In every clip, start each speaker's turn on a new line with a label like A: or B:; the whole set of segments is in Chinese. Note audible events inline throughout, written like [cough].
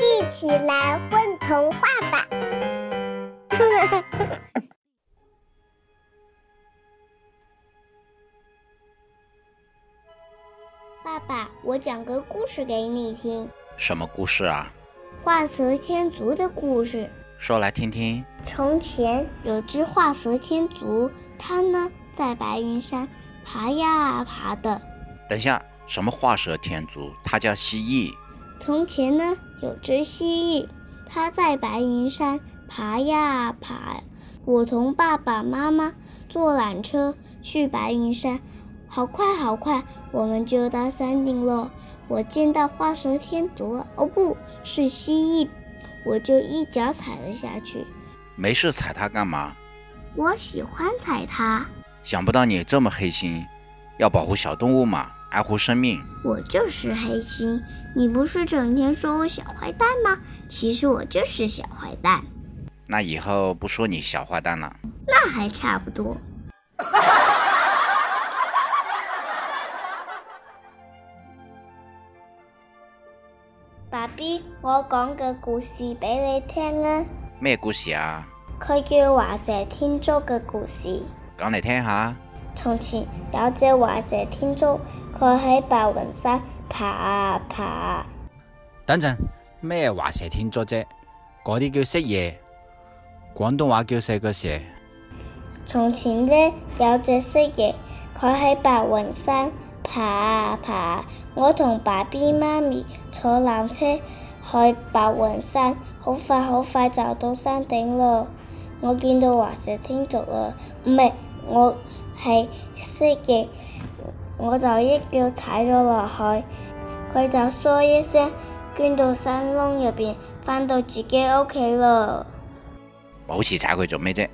A: 一起来混童话吧！ [laughs] 爸爸，我讲个故事给你听，
B: 什么故事啊？
A: 画蛇添足的故事。
B: 说来听听。
A: 从前有只画蛇添足，它呢在白云山爬呀爬的。
B: 等一下，什么画蛇添足？它叫蜥蜴。
A: 从前呢有只蜥蜴，它在白云山爬呀爬。我同爸爸妈妈坐缆车去白云山，好快好快，我们就到山顶了。我见到画蛇添足了，哦不是蜥蜴，我就一脚踩了下去。
B: 没事踩它干嘛？
A: 我喜欢踩它，
B: 想不到你这么黑心，要保护小动物嘛，爱护生命。
A: 我就是黑心。你不是整天说我小坏蛋吗？其实我就是小坏蛋，
B: 那以后不说你小坏蛋了。
A: 那还差不多。 [laughs] 爸 B，我讲個故事俾你聽啊，
B: 咩故事啊？
A: 佢叫畫蛇添足嘅故事。
B: 講嚟聽下。
A: 從前有隻畫蛇添足，佢喺白雲山爬啊爬啊，
C: 等陣咩畫蛇添足啫？嗰啲叫蜥蜴，廣東話叫四腳蛇。
A: 從前呢，有隻蜥蜴，佢喺白雲山爬啊爬啊。我同爸 B 媽咪坐纜車去白雲山，好快好快就到山頂啦。我見到畫蛇添足啦，唔係我係蜥蜴，我就一腳踩咗落去，佢就嗖一聲捐到山窿入邊，翻到自己屋企啦。
B: 冇事踩佢做咩啫？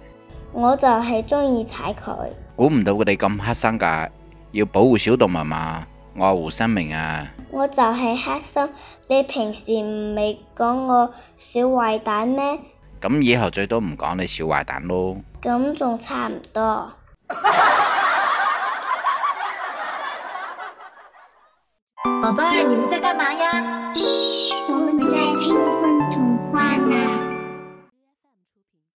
A: 我就係中意踩佢。
B: 估唔到佢哋咁黑心㗎，要保護小動物嘛，愛護生命啊！
A: 我就係黑心，你平時唔係講我小壞蛋咩？
B: 咁以後最多唔講你小壞蛋咯。
A: 咁仲差唔多。
D: 宝贝儿，你们在干嘛呀？
A: 我们在听